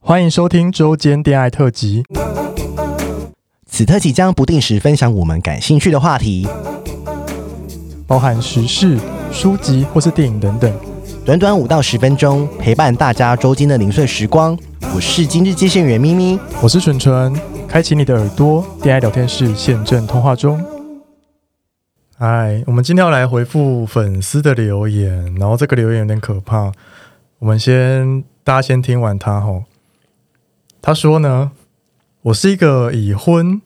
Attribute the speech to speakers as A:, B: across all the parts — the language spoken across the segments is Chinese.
A: 欢迎收听周间恋爱特辑。
B: 此特辑将不定时分享我们感兴趣的话题，
A: 包含时事、书籍或是电影等等。
B: 短短五到十分钟，陪伴大家周间的零碎时光。我是今日接线员咪咪，
A: 我是纯纯，开启你的耳朵，恋爱聊天室现正通话中。哎，我们今天要来回复粉丝的留言，然后这个留言有点可怕，我们先大家先听完他吼。他说呢，我是一个已婚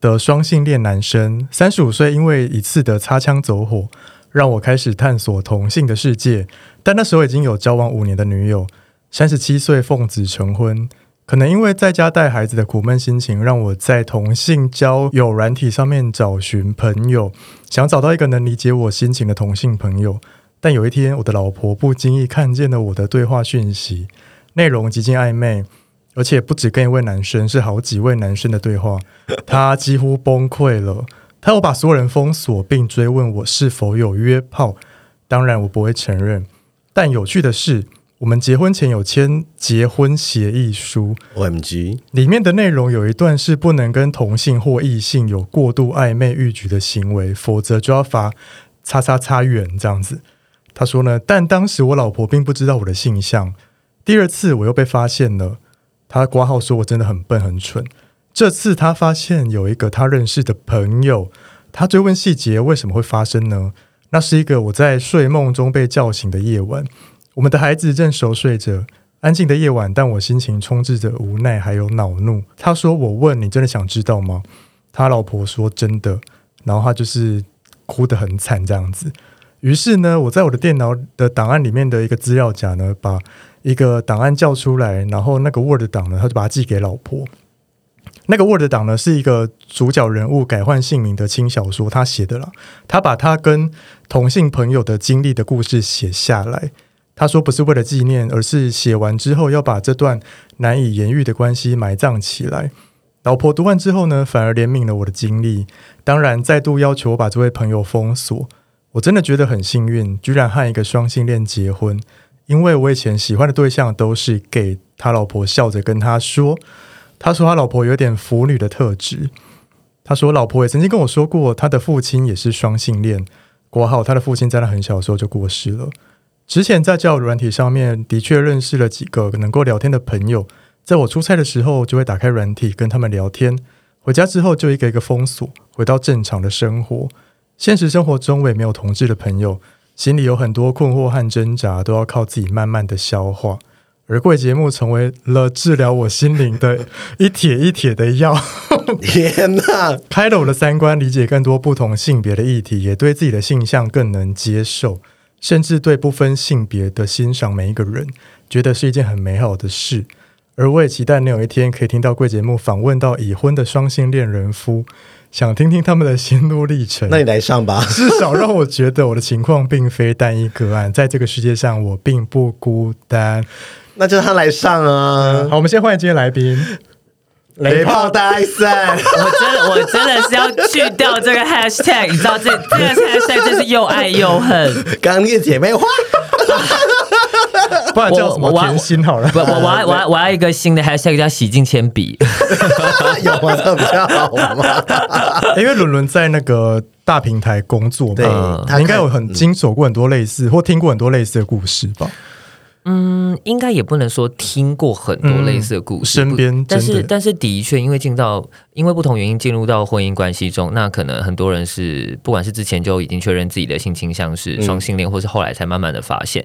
A: 的双性恋男生，三十五岁，因为一次的擦枪走火，让我开始探索同性的世界。但那时候已经有交往五年的女友，三十七岁奉子成婚。可能因为在家带孩子的苦闷心情，让我在同性交友软体上面找寻朋友，想找到一个能理解我心情的同性朋友。但有一天，我的老婆不经意看见了我的对话讯息，内容极尽暧昧，而且不止跟一位男生，是好几位男生的对话，她几乎崩溃了。她又把所有人封锁，并追问我是否有约炮。当然，我不会承认。但有趣的是，我们结婚前有签结婚协议书，
C: OMG，
A: 里面的内容有一段是不能跟同性或异性有过度暧昧欲举的行为，否则就要罚叉叉叉远这样子。他说呢，但当时我老婆并不知道我的性向。第二次我又被发现了，他挂号说我真的很笨很蠢。这次他发现有一个他认识的朋友，他追问细节为什么会发生呢？那是一个我在睡梦中被叫醒的夜晚，我们的孩子正熟睡着。安静的夜晚，但我心情充斥着无奈还有恼怒。他说：“我问你，真的想知道吗？”他老婆说：“真的。”然后他就是哭得很惨这样子。于是呢，我在我的电脑的档案里面的一个资料夹呢，把一个档案叫出来，然后那个 Word 档呢，他就把它寄给老婆。那个 Word 档呢，是一个主角人物改换姓名的轻小说，他写的啦。他把他跟同性朋友的经历的故事写下来。他说不是为了纪念，而是写完之后要把这段难以言喻的关系埋葬起来。老婆读完之后呢，反而怜悯了我的经历，当然再度要求我把这位朋友封锁。我真的觉得很幸运，居然和一个双性恋结婚，因为我以前喜欢的对象都是 gay。他老婆笑着跟他说，他说他老婆有点腐女的特质。他说老婆也曾经跟我说过，他的父亲也是双性恋。国浩他的父亲在他很小的时候就过世了。之前在交友软体上面的确认识了几个能够聊天的朋友，在我出差的时候就会打开软体跟他们聊天，回家之后就一个一个封锁，回到正常的生活。现实生活中我也没有同志的朋友，心里有很多困惑和挣扎，都要靠自己慢慢的消化。而贵节目成为了治疗我心灵的一帖一帖的药。
C: 天哪！
A: 开了我的三观，理解更多不同性别的议题，也对自己的性向更能接受，甚至对不分性别的欣赏每一个人，觉得是一件很美好的事。而我也期待能有一天可以听到贵节目访问到已婚的双性恋人夫， 想听听他们的心路历程。
C: 那你来上吧。
A: 至少让我觉得我的情况并非单一个案，在这个世界上我并不孤单。
C: 那就他来上啊！
A: 好，我们先欢迎今天来宾。
C: 雷炮大赛，
D: 我真的，我真的是要去掉这个 hashtag，你知道这这个 hashtag 真是又爱又恨。
C: 刚烈姐妹花，
A: 不然叫什么
D: 我我
A: 甜心好了
D: 不，。我我要我要我要一个新的 hashtag 叫洗净铅笔。
C: 有吗？这比较好玩
D: 嗯
C: 吗？
A: 因为伦伦在那个大平台工作嘛，
C: 对
A: 嗯
C: 他嗯
A: 你应该有很经手过很多类似，或听过很多类似的故事吧？
D: 嗯，应该也不能说听过很多类似的故事，
A: 嗯身边
D: 不但
A: 真
D: 是
A: 的
D: 但是的确，因为进到因为不同原因进入到婚姻关系中，那可能很多人是不管是之前就已经确认自己的性倾向是双性恋，或是后来才慢慢的发现。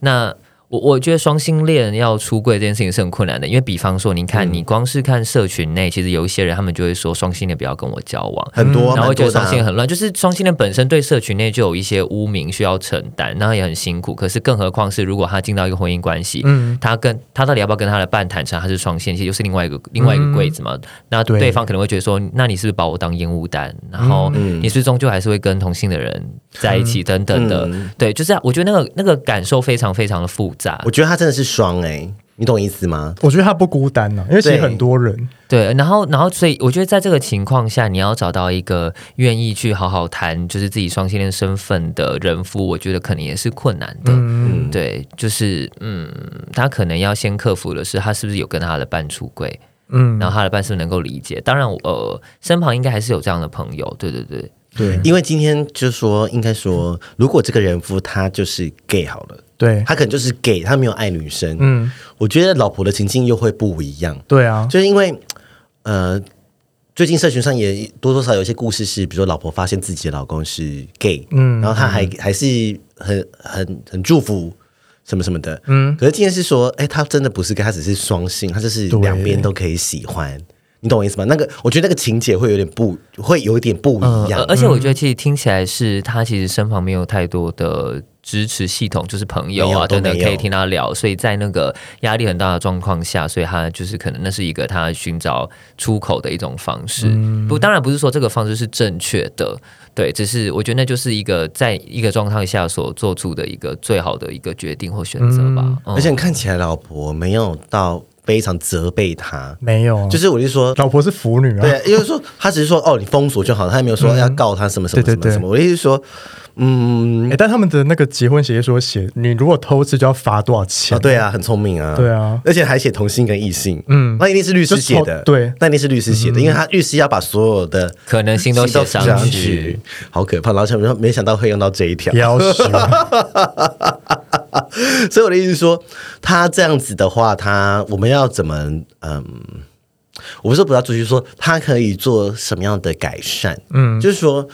D: 那我我觉得双性恋要出柜这件事情是很困难的，因为比方说，你看、你光是看社群内，其实有一些人他们就会说双性恋不要跟我交往，
C: 很多啊，
D: 然后
C: 蛮
D: 觉得
C: 多的
D: 双
C: 啊
D: 性恋很乱，就是双性恋本身对社群内就有一些污名需要承担，然后也很辛苦。可是更何况是如果他进到一个婚姻关系，
A: 嗯，
D: 他跟他到底要不要跟他的伴坦诚他是双线，其实就是另外一个另外一个柜子嘛。那
A: 对
D: 对方可能会觉得说，那你是不是把我当烟雾弹？然后
C: 嗯
D: 你是不是终究还是会跟同性的人在一起等等的。
C: 嗯
D: 啊对，就是我觉得那个那个感受非常非常的复杂
C: 我。觉得他真的是双哎，你懂意思吗？
A: 我觉得他不孤单啊呢、因为其实
C: 对
A: 很多人，
D: 对，然后，然后，所以我觉得在这个情况下，你要找到一个愿意去好好谈，就是自己双性恋身份的人夫，我觉得可能也是困难的。
A: 嗯，
C: 嗯，
D: 对，就是嗯，他可能要先克服的是，他是不是有跟他的伴出柜，
A: 嗯，
D: 然后他的伴是不是能够理解？当然我，呃，身旁应该还是有这样的朋友。对对对，
A: 对
C: 因为今天就说，应该说，如果这个人夫他就是 gay 好了，
A: 对，
C: 他可能就是 gay，他没有爱女生，
A: 嗯，
C: 我觉得老婆的情境又会不一样，
A: 对啊，
C: 就是因为呃，最近社群上也多多少少有一些故事是，比如说老婆发现自己的老公是 gay，
A: 嗯
C: 嗯，然后她还还是很很很祝福什么什么的，
A: 嗯
C: 嗯，可是今天是说，哎，他真的不是 gay，他只是双性，他就是
A: 对
C: 两边都可以喜欢。你懂我意思吗？那个，我觉得那个情节会有点不，会有一点不
D: 呃
C: 嗯一样。
D: 而而且我觉得其实听起来是他其实身旁没有太多的支持系统，就是朋友
C: 没
D: 啊
C: 有都
D: 等等
C: 没有
D: 可以听他聊，所以在那个压力很大的状况下，所以他就是可能那是一个他寻找出口的一种方式。
C: 嗯
D: 不，当然不是说这个方式是正确的，对，只是我觉得那就是一个在一个状态下所做出的一个最好的一个决定或选择吧。嗯
C: 而且你看起来老婆没有到非常责备他，
A: 没有啊，
C: 就是我就说，
A: 老婆是腐女啊，
C: 对，因为说他只是说哦，你封锁就好了，他也没有说要告他什么什么
A: 对对
C: 什么
A: 嗯对
C: 什么。我的意思是说，嗯
A: 诶，但他们的那个结婚协议说写，你如果偷吃就要罚多少钱？
C: 啊，对啊，很聪明啊，
A: 对啊
C: 而且还写同性跟异性，
A: 嗯
C: 嗯，那一定是律师写
A: 就
C: 的，
A: 超对嗯
C: 那一定是律师写的，因为他律师要把所有的
D: 可能性都写上去，，
C: 好可怕。然后想说没想到会用到这一条，
A: 要死啊，
C: 所以我的意思是说，他这样子的话，他我们要怎么嗯？我不是说不要出去说，他可以做什么样的改善？嗯，就是说，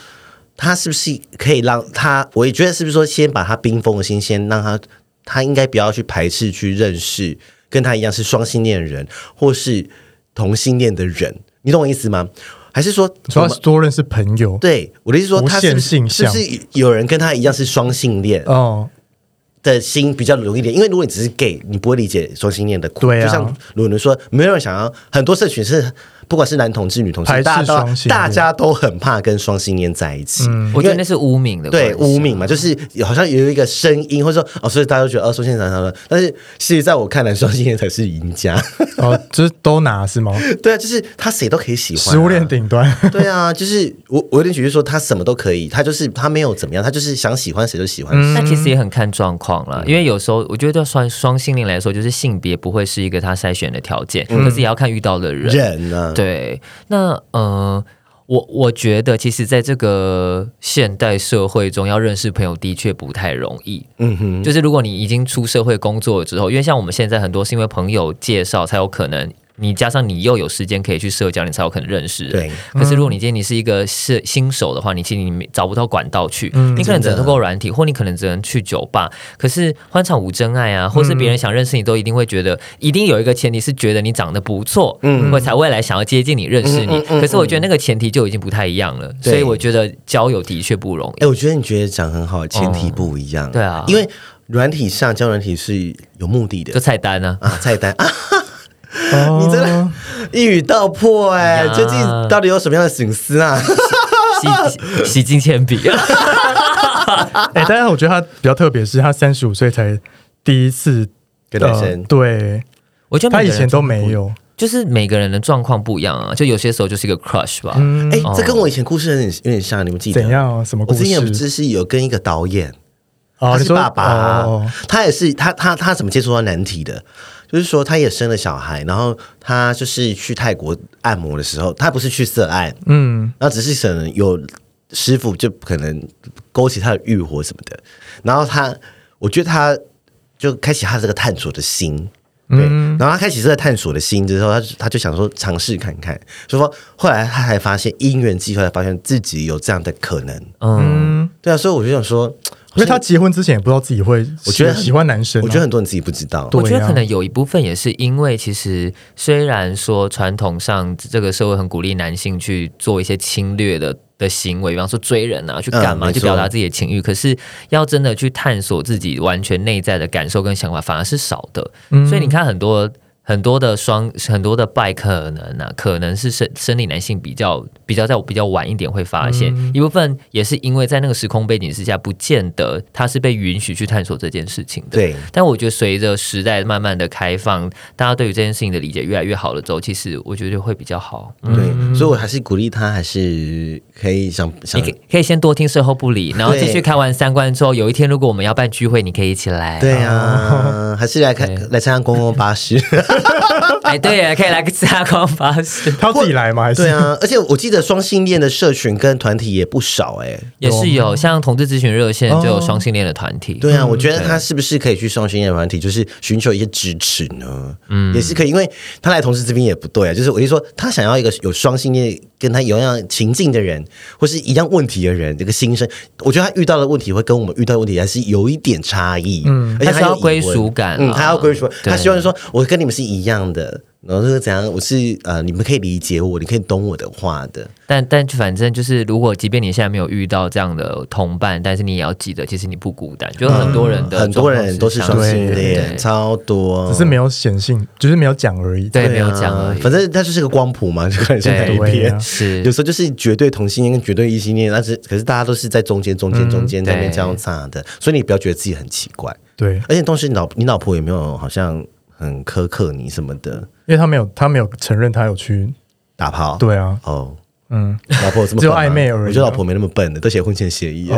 C: 他是不是可以让他？我也觉得是不是说，先把他冰封的心，先让他，他应该不要去排斥去认识跟他一样是双性恋的人，或是同性恋的人，你懂我意思吗？还是说
A: 主要是多认识朋友。
C: 对我的意思是说，
A: 无
C: 他是不是
A: 限性
C: 是不是有人跟他一样是双性恋？
A: 哦，
C: 的心比较容易点，因为如果你只是 gay，你不会理解双性恋的苦。
A: 对啊
C: 就像鲁伦说，没有人想要，很多社群是不管是男同志、女同
A: 排
C: 志，
A: 斥
C: 大家
A: 双性恋嗯
C: 都大家都很怕跟双性恋在一起。
D: 我觉得那是污名的关系
C: 嗯对
D: 啊，
C: 污名嘛，就是好像有一个声音，或者说哦，所以大家都觉得哦，双性恋才了，但是其实在我看来，双性恋才是赢家。
A: 哦，就是都拿是吗？
C: 对啊，就是他谁都可以喜欢、啊，
A: 食物链顶端，
C: 对啊，就是我我有点觉得说他什么都可以，他就是他没有怎么样，他就是想喜欢谁就喜欢
A: 嗯
C: 谁。
D: 那其实也很看状况了，因为有时候我觉得对双双性恋来说，就是性别不会是一个他筛选的条件，可是也要看遇到的人。
C: 嗯人呢、啊？
D: 对，那呃，我我觉得其实在这个现代社会中，要认识朋友的确不太容易。
C: 嗯哼，
D: 就是如果你已经出社会工作了之后，因为像我们现在很多是因为朋友介绍才有可能。你加上你又有时间可以去社交，你才有可能认识人。
C: 对
D: 可是如果你今天你是一个是新手的话，你其实你没找不到管道去，你可能只能
C: 真的
D: 通过软体，或你可能只能去酒吧。可是欢场无真爱啊，或是别人想认识你，都一定会觉得，一定有一个前提是觉得你长得不错，嗯，或才未来想要接近你、认识你。可是我觉得那个前提就已经不太一样了，
C: 对
D: 所以我觉得交友的确不容
C: 哎、
D: 易。
C: 我觉得你觉得讲很好，前提不一样。
D: 对啊
C: 因为软体上交友软体是有目的的
D: 就菜单呢、
C: 啊，菜单啊，
A: 哦
C: 你真的 一语道破哎、
D: 呀
C: 究竟到底有什么样的隐 私啊？
D: 啊，洗洗尽铅笔。啊
A: 哎、但是我觉得他比较特别，是他三十五岁才第一次
C: 跟男
A: 呃
C: 生哎
A: 对
D: 我觉得
A: 他
D: 每
A: 以
D: 个人
A: 前都没有，
D: 就是每个人的状况不一样啊，就有些时候就是一个 crush 吧。
A: 嗯
C: 哎、
D: 哦
C: 这跟我以前故事很有点像，你们记得
A: 怎？样、啊、什么
C: 我
A: 故
C: 之前有
A: 事？
C: 就是有跟一个导演，
A: 哦，
C: 他
A: 你
C: 是
A: 说
C: 爸爸、啊
A: 哦，
C: 他也是他他他怎么接触到难题的？就是说他也生了小孩，然后他就是去泰国按摩的时候，他不是去色按，
A: 嗯，
C: 然后只是可能有师傅就可能勾起他的欲火什么的，然后他，我觉得他就开启他这个探索的心。对，
D: 嗯
C: 然后他开启这个探索的心之后，他就他就想说尝试看看，所以说后来他才发现因缘际会，才发现自己有这样的可能。
D: 嗯，
C: 对啊，所以我就想说，
A: 因为他结婚之前也不知道自己会喜，
C: 我觉得很
A: 喜欢男生啊、
C: 我觉得很多人自己不知道，
A: 对
D: 我觉
A: 啊
D: 得可能有一部分也是因为，其实虽然说传统上这个社会很鼓励男性去做一些侵略的的行为，比方说追人啊，去干嘛，
C: 嗯没
D: 去
C: 错
D: 表达自己的情欲，可是要真
A: 嗯
C: 嗯
D: 的去探索自己完全内在的感受跟想法，反而是少的。所以你看很多。很多的双很多的败可能啊，可能是生生理男性比较比较在比较晚一点会发现，
C: 嗯
D: 一部分也是因为在那个时空背景之下，不见得他是被允许去探索这件事情的。
C: 对，
D: 但我觉得随着时代慢慢的开放，大家对于这件事情的理解越来越好了之后，其实我觉得会比较好。嗯，
C: 对，所以我还是鼓励他，还是可以想想
D: 你可以可以先多听售后不理，然后
C: 对
D: 继续看完三观之后，有一天如果我们要办聚会，你可以一起来。
C: 对啊，还是来看
D: 哦对
C: 来参加公共巴士。
D: 哎，对耶，可以来个加光巴士，
A: 他自己来 吗？还是
C: 对啊，而且我记得双性恋的社群跟团体也不少哎、
D: 也是有像同志咨询热线就有双性恋的团体。
C: 对啊，我觉得他是不是可以去双性恋团体，就是寻求一些支持呢？嗯，也是可以，因为他来同事这边也不对啊。就是我就说，他想要一个有双性恋跟他一样情境的人，或是一样问题的人，这个心声，我觉得他遇到的问题会跟我们遇到的问题还是有一点差异。嗯，而且
D: 他
C: 他
D: 需要
C: 有疑
D: 归
C: 问
D: 属感
C: 嗯，
D: 啦
C: 他要归属感，
D: 对
C: 他希望说，我跟你们是一样的。然后是怎样？我是呃，你们可以理解我，你可以懂我的话的。
D: 但但反正就是，如果即便你现在没有遇到这样的同伴，但是你也要记得，其实你不孤单，就很多人的、
C: 嗯很多人都是
D: 相
C: 双
D: 似
C: 性
D: 的
C: 恋，
D: 对
C: 超多，
A: 只是没有显性，只是没有讲而已。
D: 对
C: 对
D: 没
C: 啊
D: 有讲而已。
C: 反正它就是个光谱嘛，就看你是哪一
A: 对
C: 边
A: 啊。
D: 是
C: 有时候就是绝对同性恋跟绝对异性恋，但是可是大家都是在中间、中间、中间
D: 对
C: 那边交叉的，所以你不要觉得自己很奇怪。
A: 对，因
C: 而且同时，你老你老婆有没有好像很苛刻你什么的
A: 为他没有，他没有承认他有去。
C: 打炮？
A: 对啊，
C: 哦，
A: 嗯，
C: 老婆有这么
A: 只有
C: 笨
A: 暧
C: 吗
A: 昧而已啊哦
C: 我觉得老婆没那么笨的，都写婚前协议，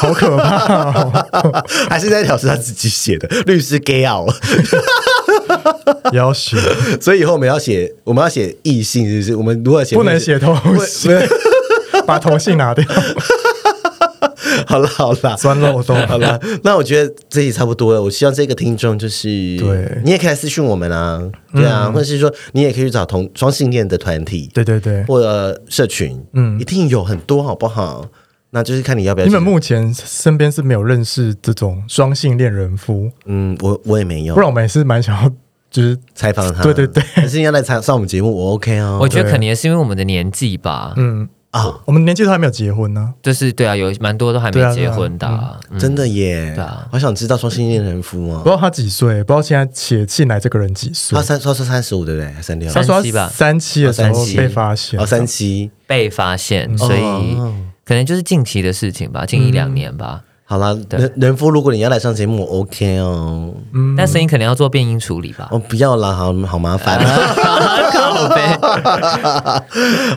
A: 好可怕 哦、
C: 还是那条是他自己写的，律师 gay out。
A: 也要学，
C: 所以以后我们要写，我们要写异性，是不是？我们如果写
A: 不能写同
C: 不
A: 性， 把同性拿掉，
C: 好了好了，
A: 钻漏洞。
C: 好了，那我觉得这集差不多了。我希望这个听众就是，
A: 对嗯
C: 你也可以来私讯我们啊，对啊，或者是说你也可以去找同双性恋的团体
A: 对对对，
C: 或者社群，嗯，一定有很多，好不好？那就是看你要不要
A: 你
C: 去。
A: 们目前身边是没有认识这种双性恋人夫，
C: 嗯，我我也没有
A: 不然我们也是蛮想要，就是
C: 采访他，
A: 对对对
C: 但是要来采上我们节目，我 OK 哦，
D: 我觉得可能也是因为我们的年纪吧，
A: 嗯，
C: 啊，
A: 我们年纪都还没有结婚呢、
D: 就是对啊，有蛮多都还
A: 对啊
D: 没
A: 对
D: 结
A: 啊
D: 婚的啊、嗯
C: 真的耶，
D: 对啊
C: 好想知道双性恋人夫
A: 不知
C: 哦，
A: 道他几岁，不知道现在写信来这个人几岁
C: 他。哦三他说三十五对不对？还三六
A: 他说
D: 三七
A: 他
D: 吧
A: 三七的时
C: 哦
A: 候
C: 三七
A: 被发现，
C: 哦三七，
D: 被发现，所以
C: 哦嗯
D: 可能就是近期的事情吧，近一两年吧。
C: 好啦，
D: 对
C: 人人夫，如果你要来上节目，我 OK 哦。
A: 嗯
D: 但声音可能要做变音处理吧
C: 哦，。不要啦，好好麻烦。 啊
D: 靠背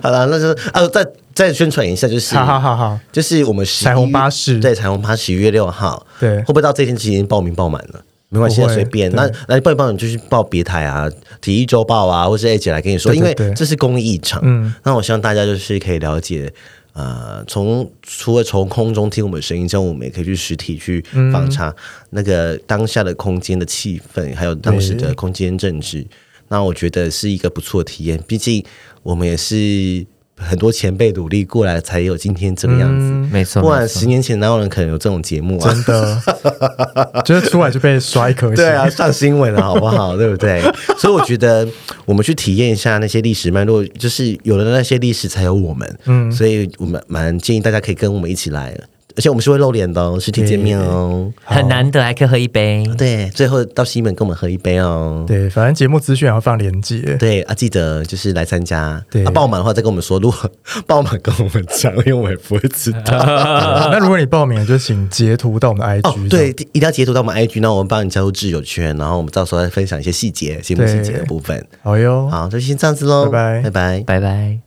C: 好了，那就是啊，再再宣传一下，就是
A: 哈哈哈哈！
C: 就是我们11
A: 彩虹巴士
C: 对彩虹巴士十一月六号，
A: 对
C: 会不会到这天其实已经报名报满了？没关系，
A: 不
C: 啊，
A: 会
C: 随便。
A: 对
C: 那那报一报，你就去报别台啊，体育周报啊，或是 A 姐来跟你说，
A: 对对
C: 因为
A: 对
C: 这是公益场。
A: 嗯
C: 那我希望大家就是可以了解，呃，从除了从空中听我们的声音之外，我们也可以去实体去
A: 嗯
C: 访查、那个当下的空间的气氛，还有当时的空间政治。那我觉得是一个不错的体验，毕竟我们也是很多前辈努力过来，才有今天这个样子。
A: 嗯
D: 没错，
C: 不
D: 没
C: 然
D: 错
C: 十年前哪有人可能有这种节目啊？
A: 真的， 就是出来就被刷一颗星。
C: 对啊，上新闻了，好不好？对 不对？所以我觉得我们去体验一下那些历史脉络，就是有了那些历史，才有我们。嗯，所以我们蛮建议大家可以跟我们一起来，而且我们是会露脸的哦，实体见面哦。
D: 很难得还可以喝一杯。
C: 对，最后到西门跟我们喝一杯哦。
A: 对，反正节目资讯也要放链接。
C: 对啊，记得就是来参加。
A: 对
C: 啊、爆满的话再跟我们说，如果 爆满跟我们讲，因为我也不会知道。
A: 那如果你报名了，就请截图到我们的 IG
C: 哦
A: 上。，
C: 对，一定要截图到我们 IG，那我们帮你加入挚友圈，然后我们到时候再分享一些细节，节目细节的
A: 对
C: 部分。
A: 好哟。
C: 好，就先这样子喽，
A: 拜拜
C: 拜拜。
D: 拜拜。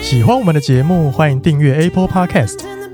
A: 喜欢我们的节目，欢迎订阅 Apple Podcast，